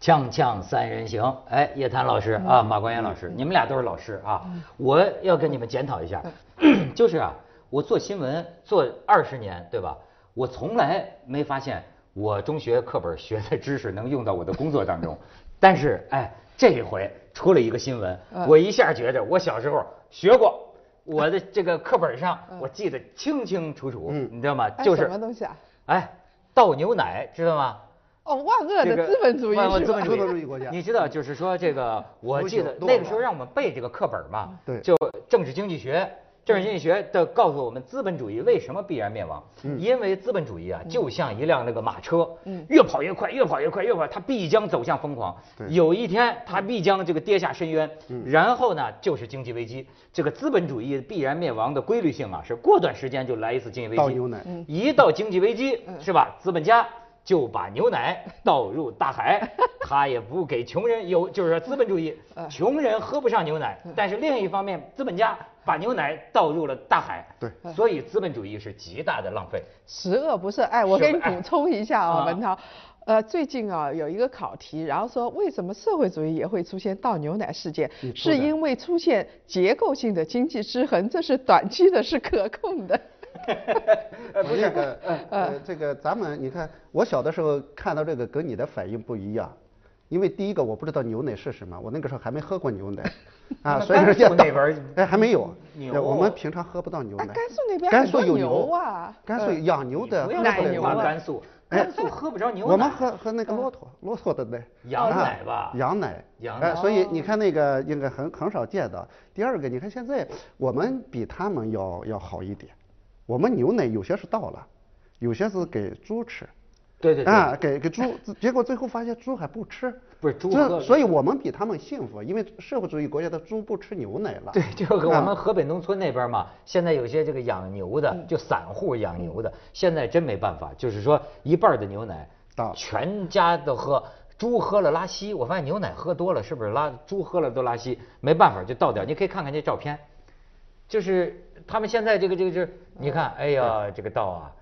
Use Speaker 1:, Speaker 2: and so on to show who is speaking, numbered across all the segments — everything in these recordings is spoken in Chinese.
Speaker 1: 锵锵三人行，哎，叶檀老
Speaker 2: 嗯
Speaker 1: 师啊，马光元老师，你们俩都是老师啊，我要跟你们检讨一下， 就是啊，我做新闻做二十年，对吧？我从来没发现我中学课本学的知识能用到我的工作当 中，但是哎，这一回出了一个新闻，
Speaker 2: 嗯
Speaker 1: 我一下觉得我小时候学 过。我的这个课本上，我记得清清楚楚，你知道吗？
Speaker 2: 嗯哎
Speaker 1: 就是
Speaker 2: 什么东西啊？
Speaker 1: 哎，倒牛奶知道吗？
Speaker 2: 哦，万恶
Speaker 1: 这
Speaker 2: 的
Speaker 1: 个
Speaker 2: 资本主义
Speaker 1: 万万
Speaker 2: 是
Speaker 1: 资
Speaker 2: 吧
Speaker 1: 本？
Speaker 3: 资本主义国家
Speaker 1: 你知道，就是说这个，我记得
Speaker 3: 多久嗯
Speaker 1: 那个时候让我们背这个课本嘛，
Speaker 3: 对
Speaker 1: 就政治经济学。政治经济学的告诉我们，资本主义为什么必然灭亡？
Speaker 2: 嗯
Speaker 1: 因为资本主义啊，就像一辆那个马车，越跑越快，越跑越快，越跑，它必将走向疯狂。
Speaker 3: 对
Speaker 1: 有一天，它
Speaker 2: 嗯
Speaker 1: 必将这个跌下深渊。然后呢，就是经济危机。这个资本主义必然灭亡的规律性啊，是过段时间就来一次经济危机。
Speaker 3: 倒牛奶
Speaker 1: 一到经济危机，
Speaker 2: 嗯
Speaker 1: 是吧？资本家就把牛奶倒入大海， 他也不给穷人有，就是说资本主义，
Speaker 2: 嗯
Speaker 1: 穷人喝不上牛奶。但是另一方面，资本家把牛奶倒入了大海，
Speaker 3: 对，
Speaker 2: 嗯
Speaker 1: 所以资本主义是极大的浪费。
Speaker 2: 十恶不赦。哎，我给你
Speaker 1: 是吧
Speaker 2: 补充一下
Speaker 1: 啊
Speaker 2: 啊，文涛，呃，最近啊有一个考题，然后说为什么社会主义也会出现倒牛奶事件
Speaker 3: 你，说
Speaker 2: 是
Speaker 3: 的
Speaker 2: 因为出现结构性的经济失衡，这是短期的，是可控的。嗯
Speaker 1: 呃
Speaker 3: 我这个呃，这个咱们你看，我小的时候看到这个跟你的反应不一样，因为第一个我不知道牛奶是什么，我那个时候还没喝过 牛奶，啊，所以说叫
Speaker 1: 甘肃
Speaker 3: 倒
Speaker 1: 那边儿
Speaker 3: 哎还没有，
Speaker 1: 牛
Speaker 3: 对我们平常喝不到牛
Speaker 2: 啊
Speaker 3: 奶。
Speaker 2: 甘肃那边
Speaker 3: 甘
Speaker 2: 很
Speaker 3: 肃
Speaker 2: 多
Speaker 3: 有
Speaker 2: 牛啊
Speaker 3: 甘肃养牛的
Speaker 1: 不要
Speaker 3: 喝
Speaker 2: 奶
Speaker 3: 不了
Speaker 1: 说
Speaker 2: 牛
Speaker 1: 话
Speaker 2: 啊
Speaker 1: 甘肃，甘肃喝不着牛奶。嗯
Speaker 3: 我们喝喝那个骆驼，骆驼的奶，
Speaker 1: 羊
Speaker 3: 啊
Speaker 1: 奶吧
Speaker 3: 羊奶，
Speaker 1: 羊哦
Speaker 3: 哎
Speaker 1: 奶
Speaker 3: 所以你看那个应该很很少见的。第二个，你看现在我们比他们要要好一点，我们牛奶有些是倒了，有些是给猪吃，
Speaker 1: 对对对，
Speaker 3: 啊，给给猪，结果最后发现猪还不吃，
Speaker 1: 不是猪
Speaker 3: 这
Speaker 1: 喝
Speaker 3: 所以我们比他们幸福，因为社会主义国家的猪不吃牛奶了。
Speaker 1: 对，就跟我
Speaker 3: 啊
Speaker 1: 们河北农村那边嘛，现在有些这个养牛的，
Speaker 3: 嗯
Speaker 1: 就散户养牛的，现在真没办法，就是说一半儿的牛奶
Speaker 3: 到，
Speaker 1: 全家都喝，猪喝了拉稀，我发现牛奶喝多了是不是拉猪喝了都拉稀，没办法就倒掉。你可以看看这照片，就是他们现在这个这个这，你看，哎呀，这个倒啊，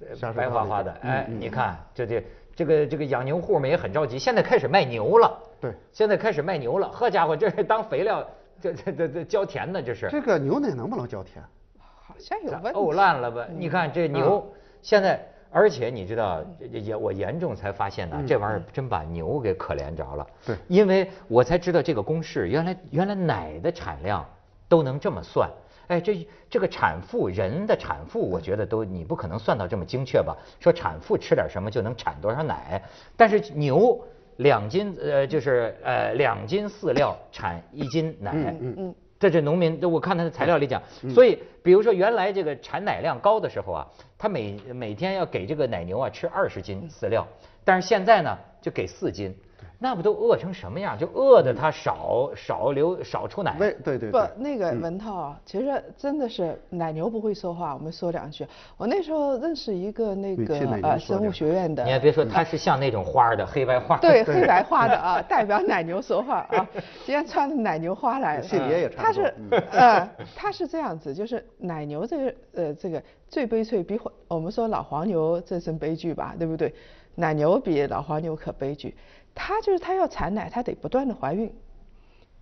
Speaker 1: 呃
Speaker 3: 下水
Speaker 1: 白
Speaker 3: 道
Speaker 1: 花
Speaker 3: 里
Speaker 1: 花的，
Speaker 3: 嗯
Speaker 1: 哎，
Speaker 3: 嗯
Speaker 1: 你看这这这个这个养牛户们也很着急，现在开始卖牛了。
Speaker 3: 对
Speaker 1: 现在开始卖牛了，好家伙，这是当肥料，这这这这浇田呢，这是。
Speaker 3: 这个牛奶能不能交田？
Speaker 2: 好
Speaker 3: 哎
Speaker 2: 像有
Speaker 1: 咋
Speaker 3: 啊
Speaker 2: 问
Speaker 1: 沤
Speaker 2: 题。
Speaker 1: 烂了
Speaker 3: 嗯
Speaker 1: 吧？你看这牛，现在，而且你知道，这这也我严重才发现呢，这玩意儿真把牛给可怜着了。
Speaker 3: 嗯对
Speaker 1: 因为我才知道这个公式，原来原来奶的产量都能这么算。哎，这这个产妇人的产妇，我觉得都你不可能算到这么精确吧？说产妇吃点什么就能产多少奶，但是牛两斤呃就是呃两斤饲料产一斤奶，
Speaker 3: 嗯
Speaker 2: 嗯，
Speaker 1: 这是农民，这我看他的材料里讲，所以比如说原来这个产奶量高的时候啊，他每每天要给这个奶牛啊吃二十斤饲料，但是现在呢就给四斤，那不都饿成什么样？就饿得它少少流少出奶。
Speaker 3: 喂，对对
Speaker 2: 不
Speaker 3: 对，，
Speaker 2: 那个文涛啊，其实真的是奶牛不会说话，我们说两句。我那时候认识一个那
Speaker 3: 你
Speaker 2: 个
Speaker 3: 替奶牛
Speaker 2: 呃
Speaker 3: 说
Speaker 2: 生物
Speaker 3: 两
Speaker 2: 学院的，
Speaker 1: 你还别说，它是像那种花儿的黑白花儿。
Speaker 2: 对，黑白画的啊， 代表奶牛说话啊，今天穿着奶牛花来了。啊
Speaker 3: 嗯性别也差
Speaker 2: 他
Speaker 3: 不多嗯
Speaker 2: 是呃，他是这样子，就是奶牛这个呃这个最悲催，比黄我们说老黄牛这生悲剧吧，对不对？奶牛比老黄牛可悲剧，它就是它要产奶，它得不断的怀孕，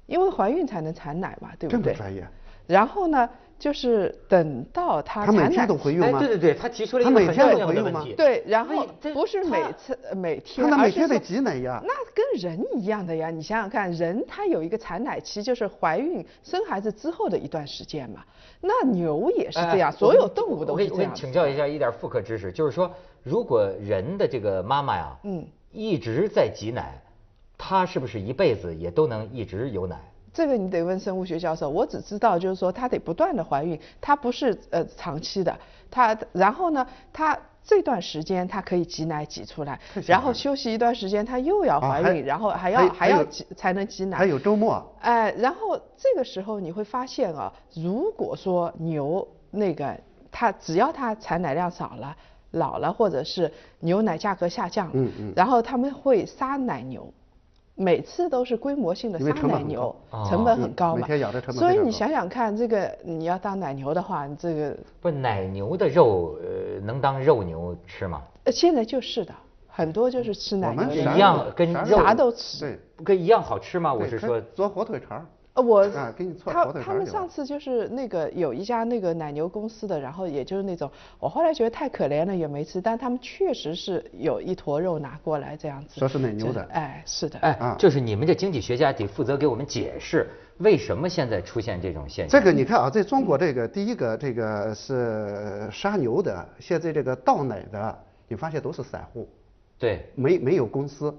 Speaker 2: 因为怀孕才能产奶嘛，对
Speaker 3: 这
Speaker 2: 不
Speaker 3: 么
Speaker 2: 对？
Speaker 3: 专业，
Speaker 2: 然后呢，就是等到它
Speaker 3: 他
Speaker 2: 产
Speaker 3: 每
Speaker 2: 奶，
Speaker 3: 天都回
Speaker 1: 哎
Speaker 3: 孕吗？
Speaker 1: 对对对，他提出了一
Speaker 3: 他
Speaker 1: 个
Speaker 3: 每
Speaker 1: 很
Speaker 3: 天
Speaker 1: 重
Speaker 3: 都
Speaker 1: 要
Speaker 3: 回
Speaker 1: 的
Speaker 3: 用
Speaker 1: 问
Speaker 3: 吗
Speaker 1: 题。
Speaker 2: 对，然后
Speaker 1: 哎这
Speaker 2: 不是
Speaker 1: 他
Speaker 2: 每次呃每天，
Speaker 3: 他那
Speaker 2: 而
Speaker 3: 每
Speaker 2: 是
Speaker 3: 天得
Speaker 2: 说
Speaker 3: 挤奶
Speaker 1: 啊
Speaker 3: 呀
Speaker 2: 那跟人一样的呀，你想想看，人他有一个产奶期，就是怀孕生孩子之后的一段时间嘛。那牛也是这样，
Speaker 1: 哎
Speaker 2: 所有动物
Speaker 1: 我
Speaker 2: 都
Speaker 1: 给
Speaker 2: 是
Speaker 1: 你
Speaker 2: 这样的。
Speaker 1: 请教一下一点妇科知识，就是说，如果人的这个妈妈呀，
Speaker 2: 嗯，
Speaker 1: 一直在挤奶，她是不是一辈子也都能一直有奶？
Speaker 2: 这个你得问生物学教授，我只知道就是说她得不断的怀孕，她不是呃长期的，她然后呢，她这段时间她可以挤奶挤出来，然后休息一段时间她又要
Speaker 3: 啊
Speaker 2: 怀
Speaker 3: 还
Speaker 2: 孕，然后还
Speaker 3: 还
Speaker 2: 要
Speaker 3: 有
Speaker 2: 还
Speaker 3: 还
Speaker 2: 要
Speaker 3: 有
Speaker 2: 挤才能挤奶。
Speaker 3: 还有周末，
Speaker 2: 哎，然后这个时候你会发现啊，如果说牛那个它只要它产奶量少了、老了，或者是牛奶价格下降了，
Speaker 3: 嗯嗯
Speaker 2: 然后他们会杀奶牛。每次都是规模性的
Speaker 3: 因为
Speaker 2: 杀
Speaker 3: 成本
Speaker 2: 奶
Speaker 3: 很
Speaker 2: 牛
Speaker 1: 高啊，
Speaker 2: 成本很
Speaker 3: 嗯
Speaker 2: 高
Speaker 3: 每
Speaker 2: 嘛
Speaker 3: 天养的成，本
Speaker 2: 所
Speaker 3: 非
Speaker 2: 以
Speaker 3: 常
Speaker 2: 你
Speaker 3: 高
Speaker 2: 想想看，这个你要当奶牛的话，你这个
Speaker 1: 不，奶牛的肉呃能当肉牛吃吗？
Speaker 2: 呃现在就是的，很多就是吃奶
Speaker 3: 我
Speaker 2: 牛
Speaker 3: 们
Speaker 2: 的，
Speaker 1: 一
Speaker 3: 啥
Speaker 1: 样
Speaker 3: 都
Speaker 1: 跟
Speaker 3: 啥
Speaker 1: 肉
Speaker 2: 啥都吃。
Speaker 3: 对，
Speaker 1: 跟一样好吃吗？我
Speaker 3: 对
Speaker 1: 是
Speaker 3: 可以
Speaker 1: 说，
Speaker 3: 做火腿肠儿。
Speaker 2: 呃，我
Speaker 3: 啊给你做
Speaker 2: 他
Speaker 3: 火腿
Speaker 2: 他
Speaker 3: 肠
Speaker 2: 们
Speaker 3: 有
Speaker 2: 上次就是那个有一家那个奶牛公司的，然后也就是那种，我后来觉得太可怜了，也没吃，但他们确实是有一坨肉拿过来这样子。
Speaker 3: 说是奶牛的
Speaker 2: 这哎，是的。
Speaker 1: 哎
Speaker 3: 啊，
Speaker 1: 就是你们这经济学家得负责给我们解释，为什么现在出现这种现象？
Speaker 3: 这个你看啊，在中国这个第一个这个是杀牛的，现在这个倒奶的，你发现都是散户，
Speaker 1: 对，
Speaker 3: 没没有公司，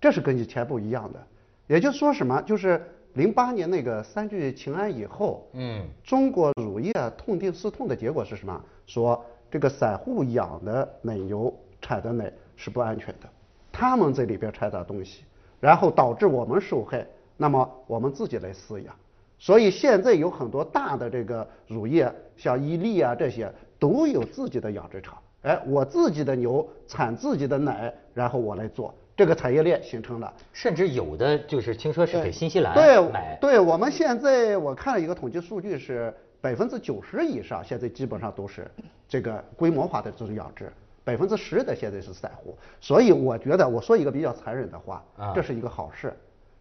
Speaker 3: 这是跟以前不一样的。也就是说什么，就是零八年那个三聚氰胺以后，
Speaker 1: 嗯，
Speaker 3: 中国乳业痛定思痛的结果是什么？说这个散户养的奶牛产的奶是不安全的，他们这里边掺杂东西，然后导致我们受害，那么我们自己来饲养。所以现在有很多大的这个乳业，像伊利啊这些，都有自己的养殖场。哎，我自己的牛产自己的奶，然后我来做，这个产业链形成了。
Speaker 1: 甚至有的就是听说是给新西兰
Speaker 3: 对
Speaker 1: 买，
Speaker 3: 对，我们现在我看了一个统计数据是百分之九十以上，现在基本上都是这个规模化的这种养殖，百分之十的现在是散户。所以我觉得，我说一个比较残忍的话
Speaker 1: 啊，
Speaker 3: 这是一个好事。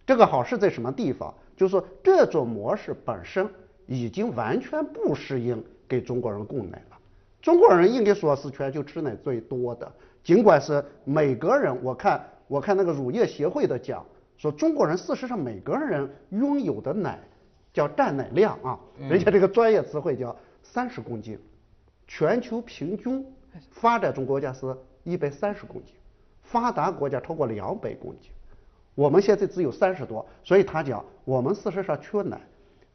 Speaker 3: 这个好事在什么地方？就是说这种模式本身已经完全不适应给中国人供奶了。中国人应该说是全球吃奶最多的，尽管是每个人，我看我看那个乳业协会的讲说，中国人事实上每个人拥有的奶叫占奶量啊，人家这个专业词汇叫三十公斤，全球平均发展中国家是一百三十公斤，发达国家超过两百公斤，我们现在只有三十多，所以他讲我们事实上缺奶。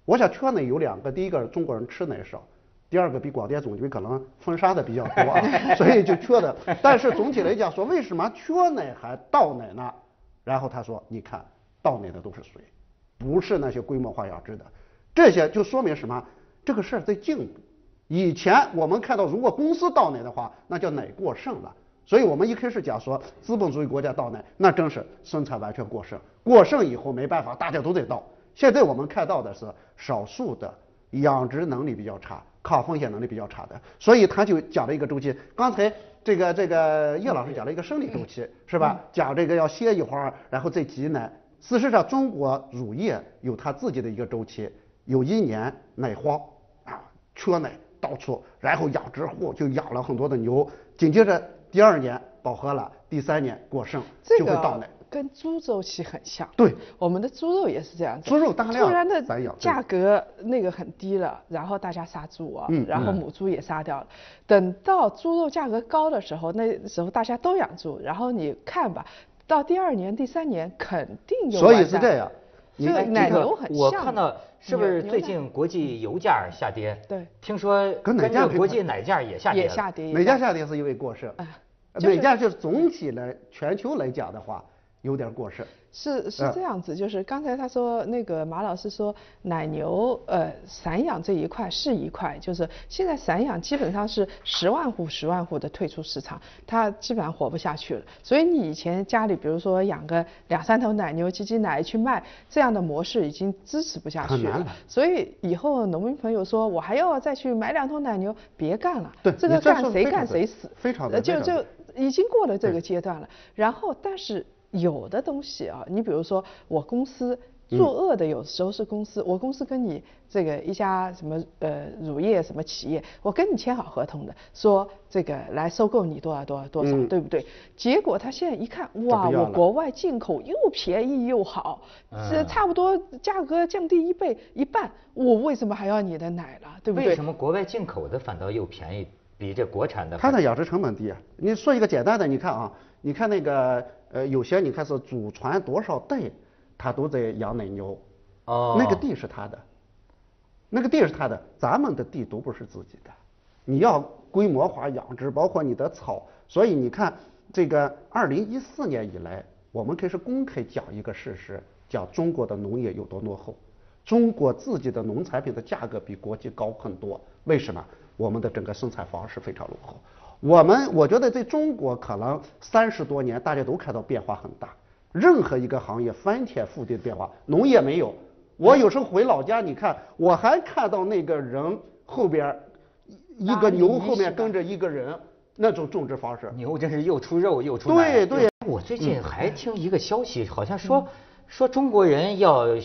Speaker 3: 我想缺奶有两个，第一个中国人吃奶少，第二个比广电总局可能封杀的比较多啊， 所以就缺的。但是总体来讲说，为什么缺奶还倒奶呢？然后他说，你看倒奶的都是谁，不是那些规模化养殖的，这些就说明什么？这个事儿在进步。以前我们看到，如果公司倒奶的话，那叫奶过剩了。所以我们一开始讲说，资本主义国家倒奶，那真是生产完全过剩，过剩以后没办法，大家都得倒。现在我们看到的是少数的养殖能力比较差、抗风险能力比较差的，所以他就讲了一个周期。刚才这个这个叶老师讲了一个生理周期，是吧？讲这个要歇一会儿，然后再挤奶。事实上，中国乳业有它自己的一个周期，有一年奶荒啊，缺奶到处，然后养殖户就养了很多的牛，紧接着第二年饱和了，第三年过剩
Speaker 2: 这
Speaker 3: 就会倒
Speaker 2: 个
Speaker 3: 奶。
Speaker 2: 跟猪周期很像。
Speaker 3: 对，
Speaker 2: 我们的猪肉也是这样子。
Speaker 3: 猪肉大量
Speaker 2: 突然的
Speaker 3: 散养对
Speaker 2: 价格那个很低了，然后大家杀猪啊，
Speaker 3: 嗯
Speaker 2: 然后母猪也杀掉了。等到猪肉价格高的时候，那时候大家都养猪，然后你看吧，到第二年、第三年肯定有。
Speaker 3: 所以是这样。
Speaker 2: 就
Speaker 1: 哎
Speaker 2: 奶
Speaker 1: 这个
Speaker 2: 牛很像。
Speaker 1: 我看到是不是
Speaker 2: 牛
Speaker 1: 最
Speaker 2: 奶
Speaker 1: 近国际油价下跌？
Speaker 2: 对
Speaker 1: 听说
Speaker 3: 跟奶价
Speaker 1: 这国
Speaker 3: 没关
Speaker 1: 际奶价也下跌
Speaker 2: 也
Speaker 1: 了
Speaker 2: 下跌一
Speaker 3: 美
Speaker 2: 下
Speaker 3: 加下跌是因为过剩
Speaker 2: 哎，就是
Speaker 3: 美加就是总体来全球来讲的话，有点过剩。
Speaker 2: 是是
Speaker 3: 嗯
Speaker 2: 这样子，就是刚才他说那个马老师说奶牛呃散养这一块是一块，就是现在散养基本上是十万户十万户的退出市场，它基本上活不下去了。所以你以前家里比如说养个两三头奶牛挤挤奶去卖，这样的模式已经支持不下去
Speaker 3: 很难了
Speaker 2: 所以以后农民朋友说我还要再去买两头奶牛，别干了，
Speaker 3: 对
Speaker 2: 这
Speaker 3: 你
Speaker 2: 个
Speaker 3: 这
Speaker 2: 干
Speaker 3: 说得
Speaker 2: 谁
Speaker 3: 非
Speaker 2: 干
Speaker 3: 常对
Speaker 2: 谁死，
Speaker 3: 非常
Speaker 2: 呃
Speaker 3: 对非
Speaker 2: 就
Speaker 3: 常
Speaker 2: 就
Speaker 3: 对
Speaker 2: 已经过了这个阶段了。然后，但是有的东西啊，你比如说我公司作恶的，有时候是公司，我公司跟你这个一家什么呃乳业什么企业，我跟你签好合同的，说这个来收购你多少多少多少，
Speaker 3: 嗯
Speaker 2: 对不对？结果他现在一看，
Speaker 3: 不
Speaker 2: 哇，
Speaker 3: 要
Speaker 2: 我
Speaker 3: 了
Speaker 2: 国外进口又便宜又好，这
Speaker 3: 啊
Speaker 1: 嗯
Speaker 2: 差不多价格降低一倍一半，我为什么还要你的奶了？对不对？
Speaker 1: 为什么国外进口的反倒又便宜，比这国产的
Speaker 3: 它
Speaker 1: 还
Speaker 3: 的养殖成本低。啊你说一个简单的，你看啊，你看那个呃，有些你看是祖传多少代，他都在养奶牛，
Speaker 1: 哦
Speaker 3: 那个地是他的，那个地是他的，咱们的地都不是自己的，你要规模化养殖，包括你的草，所以你看这个二零一四年以来，我们开始公开讲一个事实，讲中国的农业有多落后。中国自己的农产品的价格比国际高很多，为什么？我们的整个生产方式非常落后。我们我觉得在中国可能三十多年，大家都看到变化很大，任何一个行业翻天覆地的变化，农业没有。我有时候回老家，你看我还看到那个人后边儿一
Speaker 2: 打
Speaker 3: 个牛
Speaker 2: 泥
Speaker 3: 后
Speaker 2: 是
Speaker 3: 面
Speaker 2: 吧
Speaker 3: 跟着一个人，那种种植方式。
Speaker 1: 牛真是又出肉又出
Speaker 3: 对
Speaker 1: 奶
Speaker 3: 对。嗯
Speaker 1: 我最近还听一个消息，好像说说中国人要呃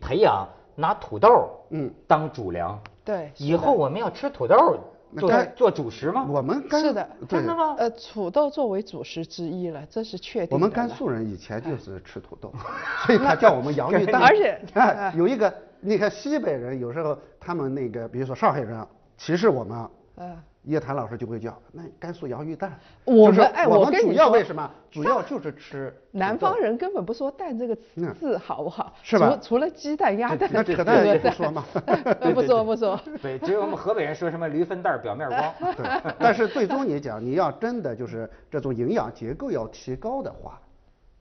Speaker 1: 培养拿土豆
Speaker 3: 嗯
Speaker 1: 当主粮，
Speaker 2: 对，哎是
Speaker 1: 以
Speaker 2: 的
Speaker 1: 后我们要吃土豆
Speaker 3: 那
Speaker 1: 做
Speaker 3: 该
Speaker 1: 做主食吗？
Speaker 3: 我们甘
Speaker 2: 是的
Speaker 3: 对
Speaker 1: 真的吗？
Speaker 2: 呃，土豆作为主食之一了，这是确定的。
Speaker 3: 我们甘肃，人以前就是吃土豆， 所以他叫我 们洋芋蛋。
Speaker 2: 哎而且
Speaker 3: 哎有一个，你看西北人有时候他们那个，比如说上海人啊歧视我们，
Speaker 2: 嗯，
Speaker 3: 叶檀老师就会叫那甘肃洋芋蛋。
Speaker 2: 我们
Speaker 3: 就是
Speaker 2: 哎
Speaker 3: 我
Speaker 2: 我
Speaker 3: 们
Speaker 2: 跟
Speaker 3: 主
Speaker 2: 你
Speaker 3: 要
Speaker 2: 说
Speaker 3: 为什么？主要就是吃
Speaker 2: 南
Speaker 3: 土豆
Speaker 2: 方人根本不说蛋这个
Speaker 3: 嗯
Speaker 2: 字，好不好？
Speaker 3: 是吧哎
Speaker 2: 除除了鸡蛋、鸭蛋，
Speaker 3: 那扯淡也不 说嘛
Speaker 2: 呃不说不说。
Speaker 1: 对，只有我们河北人说什么驴粪蛋儿表面 光。
Speaker 3: 对，但是最终你讲，你要真的就是这种营养结构要提高的话，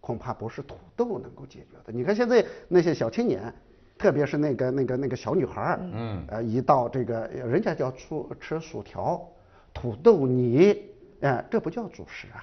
Speaker 3: 恐怕不是土豆能够解决的。你看现在那些小青年，特别是那个那个那个小女孩儿，
Speaker 1: 嗯
Speaker 3: 呃，一到这个人家叫出吃薯条、土豆泥，哎、这不叫主食啊，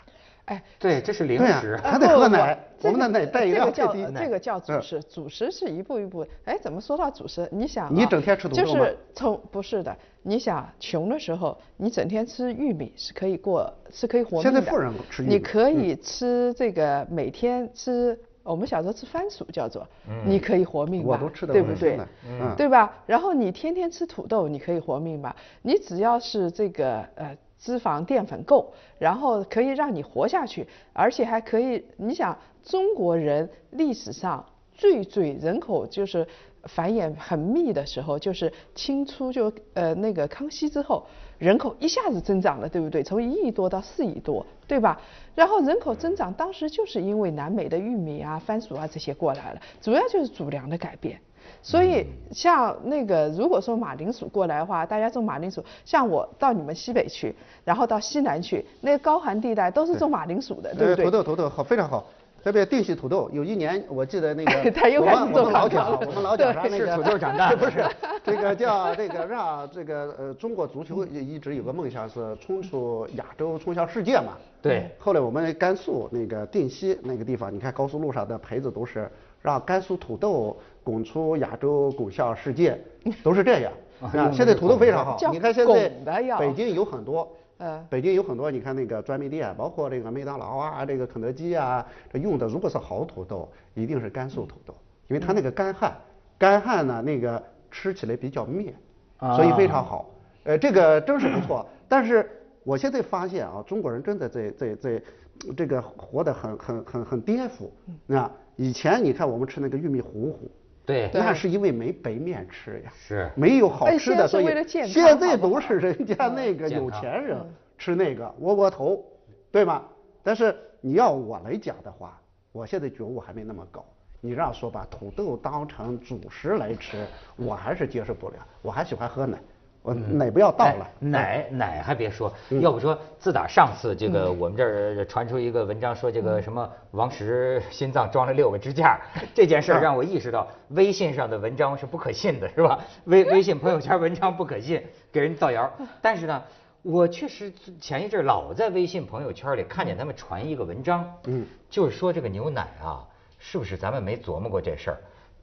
Speaker 2: 哎，
Speaker 1: 对，这是零
Speaker 3: 对啊
Speaker 1: 食。
Speaker 3: 还
Speaker 2: 啊
Speaker 3: 得
Speaker 2: 不
Speaker 3: 喝
Speaker 2: 不
Speaker 3: 奶
Speaker 2: 这
Speaker 3: 我们
Speaker 2: 个
Speaker 3: 的奶带一
Speaker 2: 这
Speaker 3: 量
Speaker 2: 个叫
Speaker 3: 最低
Speaker 2: 呃
Speaker 3: 奶
Speaker 2: 这个叫主
Speaker 3: 嗯
Speaker 2: 食，主食是一步一步。哎，怎么说到主食？你想啊，
Speaker 3: 你整天吃土
Speaker 2: 就
Speaker 3: 豆吗
Speaker 2: 是从不是的，你想穷的时候，你整天吃玉米是可以过，是可以活命
Speaker 3: 现在
Speaker 2: 的。
Speaker 3: 富人吃玉米嗯
Speaker 2: 你可以吃这个每天吃，我们小时候吃番薯叫做，你可以活命吧？
Speaker 3: 我都吃得
Speaker 2: 对
Speaker 3: 很
Speaker 2: 不
Speaker 3: 生
Speaker 2: 对
Speaker 3: 的？嗯
Speaker 2: 对吧？然后你天天吃土豆，你可以活命吧？你只要是这个呃脂肪淀粉够，然后可以让你活下去，而且还可以，你想中国人历史上最最人口就是繁衍很密的时候，就是清初就呃那个康熙之后，人口一下子增长了，对不对？从一亿多到四亿多，对吧？然后人口增长当时就是因为南美的玉米啊、番薯啊这些过来了，主要就是主粮的改变。所
Speaker 3: 嗯
Speaker 2: 以像那个，如果说马铃薯过来的话，大家种马铃薯。像我到你们西北去，然后到西南去，那个高寒地带都是种马铃薯的，对不
Speaker 3: 呃
Speaker 2: 对？
Speaker 3: 土豆土豆好非常好。特别定西土豆，有一年我记得那 个，
Speaker 2: 他又
Speaker 3: 我
Speaker 2: 开始
Speaker 3: 们
Speaker 2: 做
Speaker 3: 我们
Speaker 2: 广告
Speaker 3: 老讲，
Speaker 2: 了
Speaker 3: 我们老讲啥那
Speaker 1: 对
Speaker 3: 个
Speaker 1: 是土豆长大
Speaker 3: 不是这个叫这个让这个呃中国足球一直有个梦想是冲出亚洲，冲向世界嘛。嗯
Speaker 1: 对。
Speaker 3: 后来我们甘肃那个定西那个地方，你看高速路上的牌子都是让甘肃土豆拱出亚洲，拱向世界，都 是这样。
Speaker 1: 啊用
Speaker 3: 啊，
Speaker 1: 的
Speaker 3: 现在
Speaker 1: 是
Speaker 3: 土豆
Speaker 1: 拱的
Speaker 3: 非常好
Speaker 2: 叫，
Speaker 3: 你看现
Speaker 2: 拱的
Speaker 3: 在
Speaker 2: 要
Speaker 3: 北京有很多。
Speaker 2: 嗯
Speaker 3: 北京有很多，你看那个专卖店，包括这个麦当劳啊，这个肯德基啊，这用的如果是好土豆，一定是甘肃土豆，因为它那个干旱，干旱呢那个吃起来比较灭，所以非常好。呃，这个真是不错。但是我现在发现啊，中国人真的在在在这个活得很很很很颠覆。那以前你看我们吃那个玉米糊糊，
Speaker 1: 对
Speaker 3: 啊那是因为没白面吃呀，
Speaker 1: 是
Speaker 3: 没有好
Speaker 2: 哎
Speaker 3: 吃
Speaker 2: 现在
Speaker 3: 的，
Speaker 2: 是
Speaker 3: 所以
Speaker 2: 为了健康嗯
Speaker 3: 现在
Speaker 2: 好不
Speaker 3: 都
Speaker 2: 好
Speaker 3: 是人家那个
Speaker 1: 健
Speaker 3: 有
Speaker 1: 康
Speaker 3: 钱人吃那个窝窝头，对吗？但是你要我来讲的话，我现在觉悟还没那么高。你让说把土豆当成主食来吃，我还是接受不了，我还喜欢喝奶，我奶不要倒了
Speaker 1: 哎。奶奶还别说，要不说自打上次这个我们这儿传出一个文章说这个什么王石心脏装了六个支架这件事儿，让我意识到微信上的文章是不可信的，是吧？微微信朋友圈文章不可信，给人造谣。但是呢，我确实前一阵儿老在微信朋友圈里看见他们传一个文章，
Speaker 3: 嗯，
Speaker 1: 就是说这个牛奶啊，是不是咱们没琢磨过这事儿？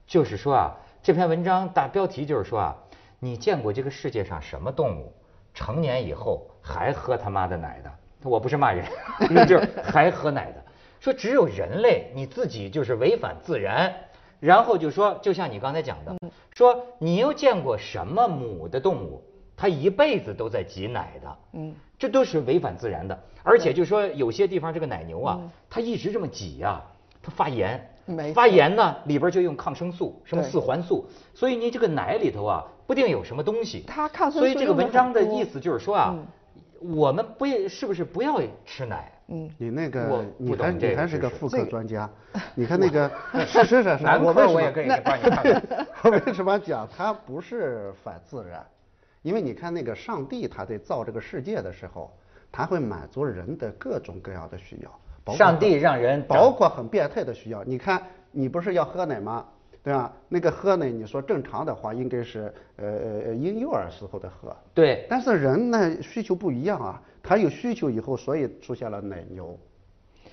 Speaker 1: 就是说啊，这篇文章大标题就是说啊，你见过这个世界上什么动物成年以后还喝他妈的奶的？我不是骂人，就是还喝奶的。说只有人类你自己就是违反自然，然后就说，就像你刚才讲的，说你又见过什么母的动物，它一辈子都在挤奶的？
Speaker 2: 嗯，
Speaker 1: 这都是违反自然的。而且就说有些地方这个奶牛啊，它一直这么挤呀、它发炎
Speaker 2: 嗯没，错
Speaker 1: 发炎呢里边就用抗生素，什么
Speaker 2: 对
Speaker 1: 四环素，所以你这个奶里头啊不定有什么东西。
Speaker 2: 它抗生素
Speaker 1: 所以这个
Speaker 2: 用得
Speaker 1: 文章的
Speaker 2: 很多
Speaker 1: 意思就是说啊，我们不是不是不要吃奶？
Speaker 2: 嗯，
Speaker 3: 你那
Speaker 1: 我
Speaker 3: 个，你
Speaker 1: 不
Speaker 3: 还
Speaker 1: 懂这
Speaker 3: 你
Speaker 1: 个
Speaker 3: 还是
Speaker 1: 知
Speaker 3: 个
Speaker 1: 识
Speaker 3: 妇
Speaker 2: 这
Speaker 3: 科
Speaker 2: 个
Speaker 3: 专家，你看那个是是是是，
Speaker 1: 男
Speaker 3: 我
Speaker 1: 科
Speaker 3: 为什
Speaker 1: 我也
Speaker 3: 么
Speaker 1: 可以帮你看看。
Speaker 3: 我为什么讲它不是反自然？因为你看那个上帝他在造这个世界的时候，他会满足人的各种各样的需要，包括
Speaker 1: 上帝让人长
Speaker 3: 包括很变态的需要。你看，你不是要喝奶吗？对吧？那个喝奶，你说正常的话应该是呃呃呃婴幼儿时候的喝，
Speaker 1: 对，
Speaker 3: 但是人呢需求不一样啊，他有需求以后，所以出现了奶牛，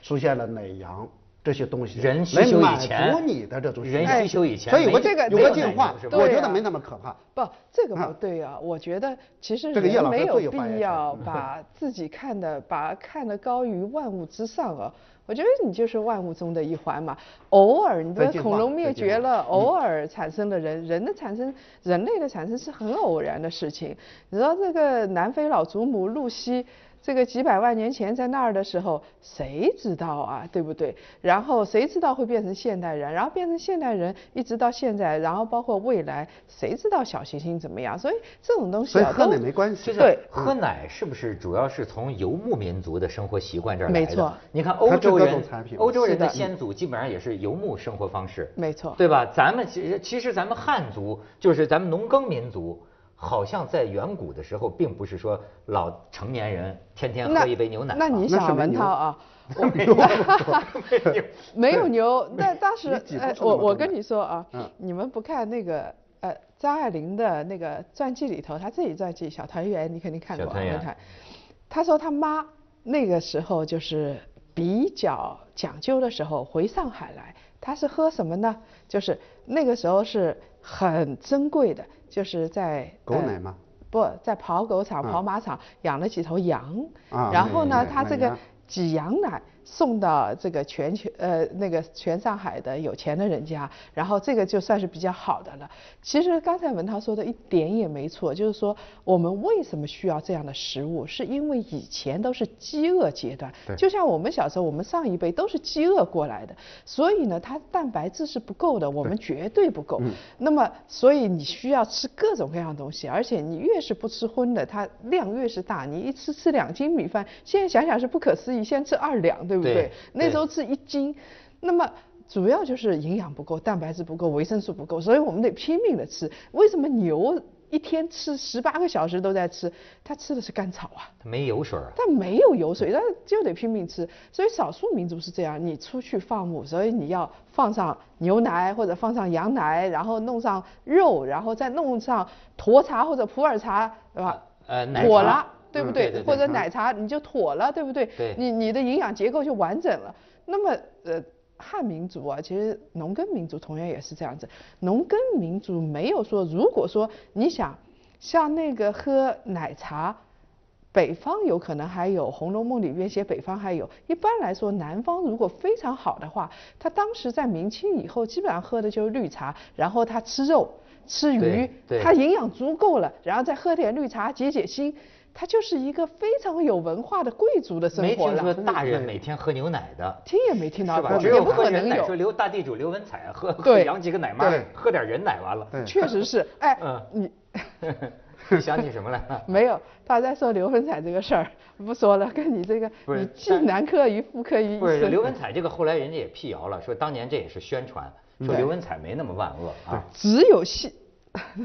Speaker 3: 出现了奶羊，这这些东西，
Speaker 1: 人需
Speaker 3: 来
Speaker 1: 求以
Speaker 3: 满
Speaker 1: 前
Speaker 3: 足你的这种需
Speaker 1: 人
Speaker 3: 求哎
Speaker 1: 需求以前
Speaker 3: 所以
Speaker 1: 没
Speaker 3: 我
Speaker 2: 这个
Speaker 3: 有
Speaker 2: 这
Speaker 3: 个
Speaker 2: 个
Speaker 3: 进
Speaker 2: 没
Speaker 3: 化
Speaker 1: 有是，吧
Speaker 3: 我
Speaker 2: 对
Speaker 3: 觉
Speaker 2: 啊
Speaker 3: 得没那么可怕。
Speaker 2: 不，这个不
Speaker 3: 啊
Speaker 2: 对啊！我觉得其实
Speaker 3: 这个叶
Speaker 2: 人
Speaker 3: 老师
Speaker 2: 没
Speaker 3: 最
Speaker 2: 有
Speaker 3: 有发言
Speaker 2: 必
Speaker 3: 权
Speaker 2: 要把自己看的，把看的高于万物之上啊。我觉得你就是万物中的一环嘛。偶尔，你
Speaker 3: 在
Speaker 2: 的
Speaker 3: 进
Speaker 2: 恐
Speaker 3: 化
Speaker 2: 龙
Speaker 3: 在
Speaker 2: 灭
Speaker 3: 进
Speaker 2: 绝
Speaker 3: 化
Speaker 1: 嗯
Speaker 2: 了，偶尔产生了人，人的产生，人类的产生是很偶然的事情。你知道这个南非老祖母露西，这个几百万年前在那儿的时候，谁知道啊，对不对？然后谁知道会变成现代人，然后变成现代人，一直到现在，然后包括未来，谁知道小行星怎么样？所以这种东西
Speaker 3: 所以
Speaker 2: 啊，
Speaker 3: 喝
Speaker 2: 都
Speaker 3: 奶没关系，
Speaker 1: 就是
Speaker 2: 对嗯
Speaker 1: 喝奶是不是主要是从游牧民族的生活习惯这儿来的？
Speaker 2: 没错
Speaker 1: 你看欧洲
Speaker 3: 它是各
Speaker 1: 人
Speaker 3: 种产品，嘛
Speaker 1: 欧洲人的
Speaker 2: 是的
Speaker 1: 先祖基本上也是游牧生活方式，
Speaker 2: 没错。
Speaker 1: 对吧？咱们其实其实咱们汉族就是咱们农耕民族，好像在远古的时候，并不是说老成年人天天喝一杯牛奶
Speaker 2: 那
Speaker 1: 吧
Speaker 2: 你
Speaker 3: 那是
Speaker 2: 想
Speaker 3: 没
Speaker 2: 文
Speaker 3: 牛
Speaker 2: 涛啊？我
Speaker 1: 没有 没有
Speaker 2: 没有牛， 那当时
Speaker 3: 你挤不
Speaker 2: 呃，
Speaker 3: 出那
Speaker 2: 我
Speaker 3: 么
Speaker 2: 我
Speaker 3: 多
Speaker 2: 跟
Speaker 3: 奶
Speaker 2: 你说啊
Speaker 3: 嗯，
Speaker 2: 你们不看那个呃张爱玲的那个传记里头，她自己传记《小团圆》，你肯定看
Speaker 1: 小
Speaker 2: 过啊，
Speaker 1: 团
Speaker 2: 文
Speaker 1: 圆
Speaker 2: 凯她说她妈那个时候就是比较讲究的时候，回上海来，她是喝什么呢？就是那个时候是很珍贵的，就是在
Speaker 3: 狗
Speaker 2: 呃
Speaker 3: 奶吗？
Speaker 2: 不在跑狗场、
Speaker 3: 啊
Speaker 2: 跑马场养了几头羊，
Speaker 3: 啊
Speaker 2: 然后呢
Speaker 3: 嗯，
Speaker 2: 他这
Speaker 3: 买
Speaker 2: 个
Speaker 3: 羊
Speaker 2: 挤羊奶送到这个全球呃那个全上海的有钱的人家，然后这个就算是比较好的了。其实刚才文涛说的一点也没错，就是说我们为什么需要这样的食物，是因为以前都是饥饿阶段，
Speaker 3: 对
Speaker 2: 就像我们小时候，我们上一辈都是饥饿过来的，所以呢，它蛋白质是不够的，我们绝对嗯不够。那么，所以你需要吃各种各样的东西，而且你越是不吃荤的，它量越是大。你一吃吃两斤米饭，现在想想是不可思议，现在吃二两，对不对？
Speaker 1: 对
Speaker 2: 那时候吃一斤，那么。主要就是营养不够，蛋白质不够，维生素不够，所以我们得拼命的吃。为什么牛一天吃十八个小时都在吃？它吃的是甘草啊。
Speaker 1: 它没油水儿啊。
Speaker 2: 但没有油水，但就得拼命吃。所以少数民族是这样，你出去放牧，所以你要放上牛奶或者放上羊奶，然后弄上肉，然后再弄上沱茶或者普洱茶，对吧？
Speaker 1: 呃，奶
Speaker 2: 妥
Speaker 1: 茶
Speaker 2: 了，对不
Speaker 1: 嗯
Speaker 2: 对？
Speaker 1: 对对
Speaker 2: 或者
Speaker 1: 嗯
Speaker 2: 奶茶你就妥了，对不对？
Speaker 1: 对
Speaker 2: 你你的营养结构就完整了。那么呃，汉民族啊，其实农耕民族同样也是这样子。农耕民族没有说，如果说你想像那个喝奶茶。北方有可能还有《红楼梦》里面写北方还有，一般来说南方如果非常好的话，他当时在明清以后基本上喝的就是绿茶，然后他吃肉、吃鱼
Speaker 1: 对，对
Speaker 2: 他营养足够了，然后再喝点绿茶解解心，他就是一个非常有文化的贵族的生
Speaker 1: 没
Speaker 2: 活
Speaker 1: 听说
Speaker 2: 了。
Speaker 1: 大人每天喝牛奶的，
Speaker 2: 听也没听到
Speaker 1: 是吧？
Speaker 2: 过，
Speaker 1: 只
Speaker 2: 也
Speaker 1: 有
Speaker 2: 不
Speaker 1: 喝
Speaker 2: 可
Speaker 1: 人
Speaker 2: 能
Speaker 1: 奶，说
Speaker 2: 有。
Speaker 1: 刘大地主刘文彩喝喝
Speaker 2: 对
Speaker 1: 养几个奶妈
Speaker 3: 对，
Speaker 1: 喝点人奶完了。
Speaker 3: 对
Speaker 2: 确 实是，哎
Speaker 1: 嗯，
Speaker 2: 你
Speaker 1: 你 想起什么来 了？
Speaker 2: 没有，他在说刘文彩这个事儿，不说了，跟你这个，
Speaker 1: 不是
Speaker 2: 你既
Speaker 1: 但
Speaker 2: 男科于妇科于一
Speaker 1: 不是
Speaker 2: 身
Speaker 1: 刘文彩这个，后来人家也辟谣了，说当年这也是宣传，说刘文彩没那么万恶啊。
Speaker 2: 只有现，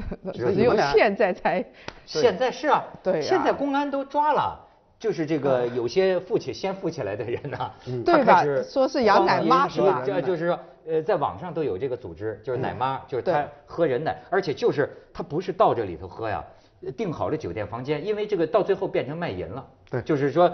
Speaker 1: 只有
Speaker 2: 只
Speaker 1: 你
Speaker 2: 有
Speaker 1: 们
Speaker 3: 俩
Speaker 2: 现在才
Speaker 1: 现在是啊，
Speaker 2: 对啊嗯
Speaker 1: 现在公安都抓了。就是这个有些富起先富起来的人呐、他
Speaker 2: 对吧
Speaker 1: 开始
Speaker 2: 说是养奶妈
Speaker 1: 帮
Speaker 2: 是吧
Speaker 1: 这这就是说，呃，在网上都有这个组织，就是奶妈，就是
Speaker 2: 对
Speaker 1: 他喝人奶，而且就是他不是到这里头喝呀，呃订好了酒店房间，因为这个到最后变成卖淫了。
Speaker 3: 对
Speaker 1: 就是说，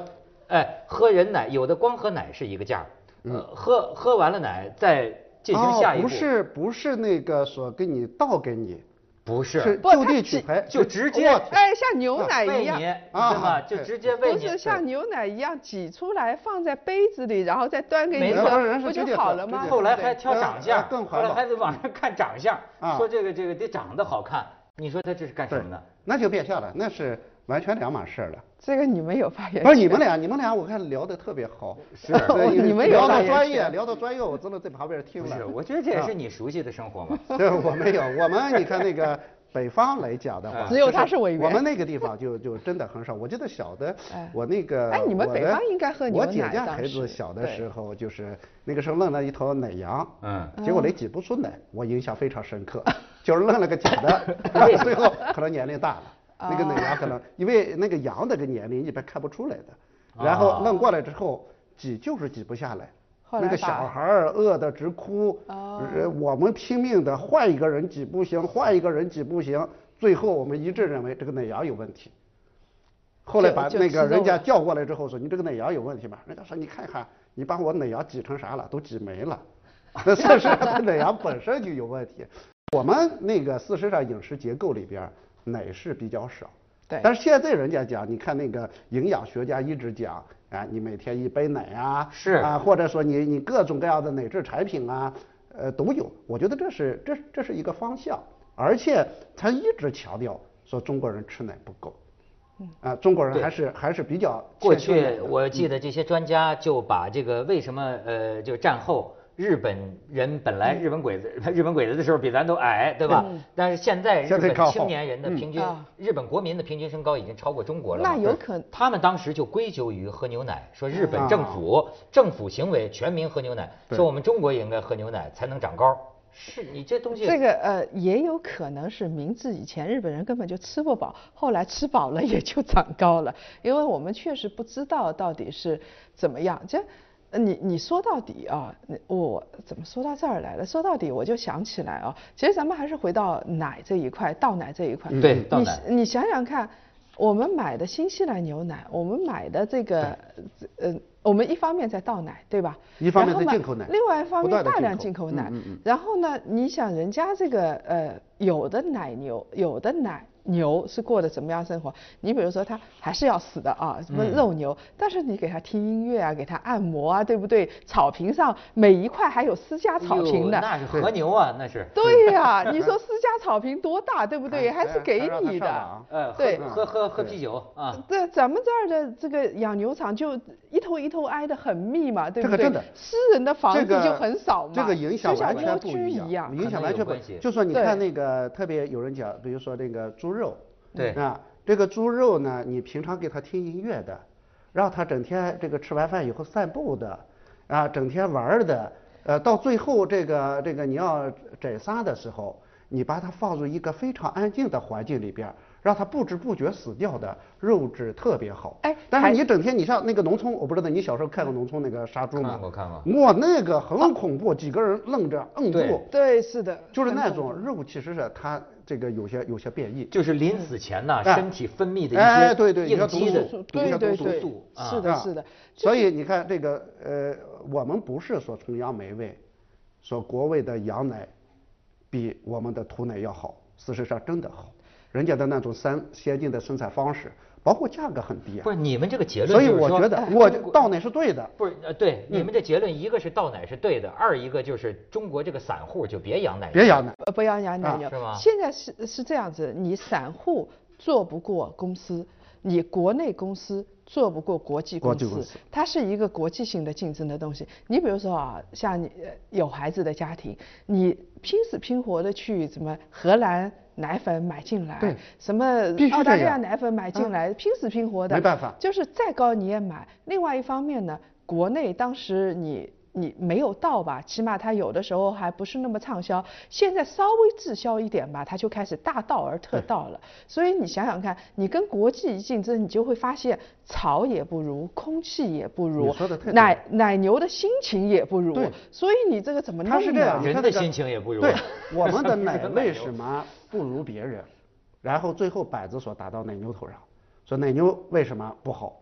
Speaker 1: 哎，喝人奶，有的光喝奶是一个价儿，
Speaker 2: 嗯
Speaker 1: 呃，喝喝完了奶再进行下一步，
Speaker 3: 哦、不是不是那个说给你倒给你，
Speaker 1: 不是
Speaker 3: 是
Speaker 2: 不
Speaker 3: 就
Speaker 2: 它
Speaker 3: 地
Speaker 2: 只
Speaker 3: 取材，
Speaker 1: 就直接
Speaker 3: 我
Speaker 2: 哎像牛奶
Speaker 1: 喂
Speaker 2: 一
Speaker 1: 你，
Speaker 2: 样，
Speaker 1: 对
Speaker 3: 啊
Speaker 1: 吧？就
Speaker 3: 对
Speaker 1: 直接喂
Speaker 2: 不
Speaker 1: 你，
Speaker 2: 是像牛奶一样挤出来放在杯子里，然后再端给你
Speaker 1: 没错当
Speaker 2: 喝，
Speaker 3: 然是
Speaker 2: 不就
Speaker 3: 直接喝
Speaker 2: 好了吗？
Speaker 3: 直接喝
Speaker 1: 后来
Speaker 2: 对不对
Speaker 1: 还挑长相，
Speaker 3: 呃更
Speaker 1: 后
Speaker 3: 环保
Speaker 1: 来还得网上看长相，
Speaker 3: 啊
Speaker 1: 说这个这个得长得好看。你说他这是干什
Speaker 3: 对
Speaker 1: 么呢？，
Speaker 3: 那就别笑了，那是完全两码事儿了。
Speaker 2: 这个你们有发言
Speaker 3: 不
Speaker 2: 权？
Speaker 3: 是你们俩，你们俩我看聊得特别好，
Speaker 1: 是
Speaker 3: 对
Speaker 2: 哦你们有
Speaker 3: 聊
Speaker 2: 发
Speaker 3: 到
Speaker 2: 言
Speaker 3: 专业，
Speaker 2: 权
Speaker 3: 聊到专业，我真的在旁边听
Speaker 1: 不
Speaker 3: 了嗯
Speaker 1: 是，。我觉得这也是你熟悉的生活嘛。
Speaker 3: 对，我没有，我们你看那个北方来讲的话，
Speaker 2: 哎只有
Speaker 3: 就是
Speaker 2: 他是委员
Speaker 3: 我们那个地方就就真的很少。我记得小的
Speaker 2: 哎，
Speaker 3: 我那个
Speaker 2: 哎你们
Speaker 3: 我
Speaker 2: 北
Speaker 3: 的
Speaker 2: 方应该喝牛
Speaker 3: 我姐
Speaker 2: 奶
Speaker 3: 家
Speaker 2: 当
Speaker 3: 孩
Speaker 2: 时
Speaker 3: 子小的
Speaker 2: 对
Speaker 3: 时候，就是那个时候弄了一头奶羊，
Speaker 1: 嗯，
Speaker 3: 结果那挤不出奶，我印象非常深刻， 就是弄了个假 的，最后可能年龄大了，
Speaker 2: 哦
Speaker 3: 那个奶羊可能因为那个羊那个年龄一般看不出来的，然
Speaker 1: 哦
Speaker 3: 后弄过来之后挤就是挤不下来。
Speaker 2: 后来
Speaker 3: 那个小
Speaker 2: 把
Speaker 3: 孩儿饿得直哭，
Speaker 2: 哦
Speaker 3: 呃我们拼命的换一个人挤不行，换一个人挤不行，最后我们一致认为这个奶羊有问题。后来
Speaker 2: 就
Speaker 3: 把
Speaker 2: 就
Speaker 3: 那
Speaker 2: 吃
Speaker 3: 个
Speaker 2: 肉
Speaker 3: 人家叫过来之后说：“你这个奶羊有问题吧？”人家说：“你看看，你把我奶芽挤成啥了，都挤没了， 那事实上它奶芽本身就有问题。我们那个事实上饮食结构里边儿奶是比较少，
Speaker 2: 对
Speaker 3: 但是现在人家讲，你看那个营养学家一直讲，啊，你每天一杯奶啊，
Speaker 1: 是
Speaker 3: 啊，或者说你你各种各样的奶制产品啊，呃，都有。我觉得这是这是这是一个方向，而且他一直强调说中国人吃奶不够，嗯，啊，中国人还是还是比较
Speaker 1: 过
Speaker 3: 欠缺奶
Speaker 1: 去
Speaker 3: 的嗯
Speaker 1: 我记得这些专家就把这个为什么呃，就战后日本人本来
Speaker 3: 嗯
Speaker 1: 日本鬼子 日本鬼子的时候比咱都矮，对吧？但是现在日
Speaker 3: 现在
Speaker 1: 本
Speaker 3: 靠后嗯
Speaker 1: 青年人的平均
Speaker 2: 啊，
Speaker 1: 日本国民的平均身高已经超过中国了嘛。
Speaker 2: 那有可
Speaker 1: 他们当时就归咎于喝牛奶，说日本
Speaker 3: 啊
Speaker 1: 政府政府行为全民喝牛奶，
Speaker 3: 对
Speaker 1: 说我们中国也应该喝牛奶才能长高。是你这东西
Speaker 2: 这个呃，也有可能是明治以前日本人根本就吃不饱，后来吃饱了也就长高了，因为我们确实不知道到底是怎么样。这呃你你说到底啊，你我怎么说到这儿来了？说到底我就想起来啊，其实咱们还是回到奶这一块，倒奶这一
Speaker 3: 嗯
Speaker 2: 块。
Speaker 1: 对倒
Speaker 2: 你
Speaker 1: 奶
Speaker 2: 你想想看，我们买的新西兰牛奶，我们买的这个呃，我们一方面在倒奶，对吧？
Speaker 3: 一方面
Speaker 2: 然后
Speaker 3: 在
Speaker 2: 买
Speaker 3: 进口奶
Speaker 2: 另外一方
Speaker 3: 不
Speaker 2: 面
Speaker 3: 断地
Speaker 2: 大
Speaker 3: 进
Speaker 2: 量
Speaker 3: 口
Speaker 2: 进口
Speaker 3: 嗯
Speaker 2: 奶。
Speaker 3: 嗯嗯
Speaker 2: 然后呢，你想人家这个呃，有的奶牛，有的奶牛是过的怎么样生活？你比如说它还是要死的啊，
Speaker 3: 嗯
Speaker 2: 什么肉牛，但是你给它听音乐啊，给它按摩啊，对不对？草坪上每一块还有私家草坪
Speaker 1: 哎呦
Speaker 2: 的。
Speaker 1: 那是和牛啊，那是。
Speaker 2: 对 呀、你说私家草坪多大，对不对？
Speaker 3: 还
Speaker 2: 还是
Speaker 3: 还
Speaker 2: 给
Speaker 3: 还让它
Speaker 2: 你
Speaker 3: 上
Speaker 2: 的
Speaker 3: 网。
Speaker 1: 呃，
Speaker 2: 对
Speaker 1: 喝喝喝喝
Speaker 3: 对
Speaker 1: 啤酒啊。
Speaker 2: 对，咱们这儿的这个养牛场就一头一头挨得很密嘛，对
Speaker 3: 这
Speaker 2: 不
Speaker 3: 个
Speaker 2: 对？
Speaker 3: 真的，
Speaker 2: 私人的房
Speaker 3: 这
Speaker 2: 子
Speaker 3: 个
Speaker 2: 就很少嘛，
Speaker 3: 这个影响
Speaker 2: 就像
Speaker 3: 完全
Speaker 2: 蜗
Speaker 3: 不
Speaker 2: 居
Speaker 3: 一
Speaker 2: 一样。
Speaker 3: 影响完全不
Speaker 1: 可能有关系。
Speaker 3: 就说你
Speaker 2: 对
Speaker 3: 看那个，特别有人讲，比如说那个猪肉，
Speaker 1: 对
Speaker 3: 啊，这个猪肉呢，你平常给它听音乐的，让它整天这个吃完饭以后散步的，啊，整天玩儿的，呃，到最后这个这个你要宰杀的时候，你把它放入一个非常安静的环境里边儿。让它不知不觉死掉的肉质特别好，
Speaker 2: 哎
Speaker 3: 但是
Speaker 2: 还
Speaker 3: 你整天你像那个农村，我不知道你小时候看过农村那个杀猪吗？
Speaker 1: 看过看过
Speaker 3: 哇，那个很恐怖，几个人愣着摁住
Speaker 1: 对，
Speaker 2: 对，是的，
Speaker 3: 就是那
Speaker 2: 很恐
Speaker 3: 种肉，其实是它这个有些有些变异。
Speaker 1: 就是临死前呐，
Speaker 3: 哎
Speaker 1: 身体分泌的一些
Speaker 3: 哎对对
Speaker 1: 应激的
Speaker 3: 你说毒素
Speaker 2: 对
Speaker 3: 下
Speaker 2: 对
Speaker 3: 毒
Speaker 2: 对
Speaker 1: 素啊
Speaker 2: 是的，是的，
Speaker 3: 所以你看这个呃，我们不是说崇洋媚外，说国外的羊奶比我们的土奶要好，事实上真的好，人家的那种三先进的生产方式，包括价格很低啊
Speaker 1: 不。是哎你们这个结论，
Speaker 3: 所以我觉得我嗯倒奶是对的。
Speaker 1: 不是呃，对你们这结论，一个是倒奶是对的，二一个就是中国这个散户就别养奶，
Speaker 3: 别养奶，
Speaker 2: 呃，不要养奶
Speaker 3: 啊
Speaker 2: 牛。
Speaker 1: 是吗
Speaker 2: 现在是是这样子，你散户做不过公司，你国内公司做不过国际
Speaker 3: 国
Speaker 2: 公
Speaker 3: 际
Speaker 2: 司，
Speaker 3: 公司
Speaker 2: 它是一个国际性的竞争的东西。你比如说啊，像你呃有孩子的家庭，你拼死拼活的去什么荷兰。奶粉买进来
Speaker 3: 对，
Speaker 2: 什么
Speaker 3: 必须
Speaker 2: 澳大
Speaker 3: 这
Speaker 2: 利亚
Speaker 3: 样
Speaker 2: 奶粉买进
Speaker 3: 啊
Speaker 2: 来，拼死拼活的，
Speaker 3: 没办法
Speaker 2: 就是再高你也买。另外一方面呢，国内当时你你没有到吧，起码它有的时候还不是那么畅销，现在稍微滞销一点吧，它就开始大盗而特盗了。所以你想想看，你跟国际一竞争，你就会发现草也不如，空气也不如
Speaker 3: 你说得太，对
Speaker 2: 奶奶牛的心情也不如
Speaker 3: 对，
Speaker 2: 所以你这个怎么弄
Speaker 3: 它
Speaker 2: 呢？
Speaker 3: 是这样，你
Speaker 1: 人
Speaker 3: 看
Speaker 1: 的
Speaker 3: 这个
Speaker 1: 心情也不如
Speaker 3: 对，我们 的
Speaker 1: 人的
Speaker 3: 奶
Speaker 1: 奶
Speaker 3: 为
Speaker 1: 油
Speaker 3: 什么不如别人？然后最后板子所打到奶牛头上，说奶牛为什么不好？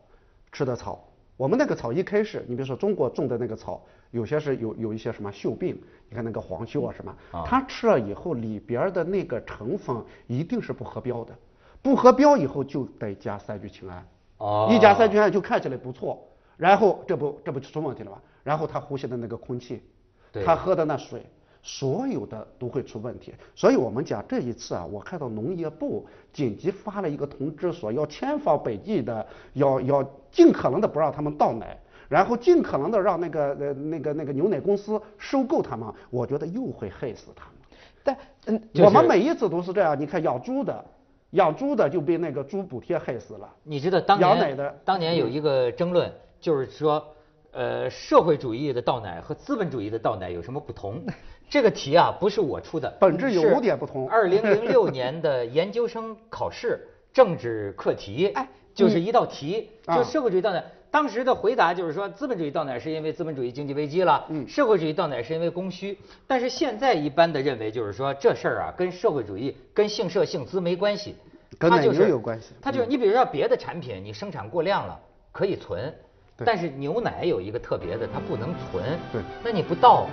Speaker 3: 吃的草，我们那个草一开始，你比如说中国种的那个草，有些是有有一些什么锈病，你看那个黄锈啊什么，它吃了以后里边儿的那个成分一定是不合标的，不合标以后就得加三聚氰胺。
Speaker 1: 哦
Speaker 3: 一加三聚氰胺就看起来不错，然后这不这不就出问题了吗？然后他呼吸的那个空气，
Speaker 1: 对
Speaker 3: 他喝的那水，所有的都会出问题。所以我们讲这一次啊，我看到农业部紧急发了一个通知，说要千方百计的，要要尽可能的不让他们倒奶。然后尽可能的让那个呃那个那个牛奶公司收购他们，我觉得又会害死他们。
Speaker 2: 但嗯，
Speaker 1: 就是
Speaker 3: 我们每一次都是这样，你看养猪的，养猪的就被那个猪补贴害死了。
Speaker 1: 你知道当
Speaker 3: 养奶的
Speaker 1: 年当年有一个争论，就是说，呃，社会主义的倒奶和资本主义的倒奶有什么不 同？这个题啊，不是我出的，
Speaker 3: 本质有点不同
Speaker 1: 二零零六年的研究生考试 政治课题，
Speaker 2: 哎
Speaker 1: 就是一道题，
Speaker 3: 嗯啊
Speaker 1: 就社会主义倒奶。当时的回答就是说，资本主义倒奶是因为资本主义经济危机了，
Speaker 3: 嗯
Speaker 1: 社会主义倒奶是因为供需。但是现在一般的认为就是说，这事儿啊跟社会主义、跟姓社姓资没关系，
Speaker 3: 跟
Speaker 1: 它
Speaker 3: 奶
Speaker 1: 就
Speaker 3: 牛
Speaker 1: 是
Speaker 3: 有关系
Speaker 1: 它就是你比如说别的产品，你生产过量了可以存，
Speaker 3: 对
Speaker 1: 但是牛奶有一个特别的，它不能存。
Speaker 3: 对
Speaker 1: 那你不倒，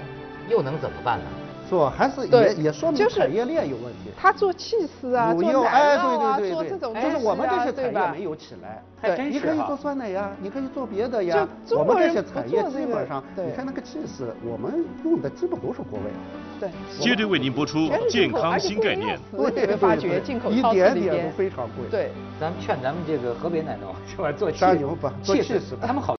Speaker 1: 又能怎么办呢？
Speaker 3: 是吧？还是
Speaker 2: 对
Speaker 3: 也也说明
Speaker 2: 就是
Speaker 3: 产业链有问题。
Speaker 2: 他做气司啊，
Speaker 3: 乳
Speaker 2: 做奶
Speaker 3: 幼
Speaker 2: 酪
Speaker 3: 哎，
Speaker 2: 啊，
Speaker 3: 对对
Speaker 2: 做这
Speaker 3: 对对
Speaker 2: 种东西
Speaker 3: 就
Speaker 2: 啊，
Speaker 3: 是我们这些
Speaker 2: 对
Speaker 3: 产
Speaker 2: 吧
Speaker 3: 业没有起来。
Speaker 1: 还
Speaker 2: 对
Speaker 1: 真
Speaker 3: 你
Speaker 1: 是
Speaker 3: 可以
Speaker 1: 哈
Speaker 3: 做酸奶呀，你可以做别的呀。
Speaker 2: 就中
Speaker 3: 我们
Speaker 2: 国
Speaker 3: 这
Speaker 2: 人
Speaker 3: 些
Speaker 2: 不
Speaker 3: 产
Speaker 2: 做
Speaker 3: 业
Speaker 2: 这
Speaker 3: 基
Speaker 2: 个
Speaker 3: 本上，
Speaker 2: 对
Speaker 3: 你看那个气势，我们用的基本都是国外的。
Speaker 2: 对，
Speaker 4: 接着为您播出
Speaker 2: 全是进
Speaker 4: 健
Speaker 2: 口
Speaker 4: 康新概念。
Speaker 2: 而且不一样死你会发觉进口
Speaker 3: 一
Speaker 2: 超市
Speaker 3: 点
Speaker 2: 里
Speaker 3: 点
Speaker 2: 边
Speaker 3: 都非常贵
Speaker 2: 对。
Speaker 1: 咱们劝咱们这个河北奶酪是吧，做气
Speaker 3: 当然有吧 做
Speaker 1: 气死
Speaker 3: 气死吧
Speaker 1: 他们好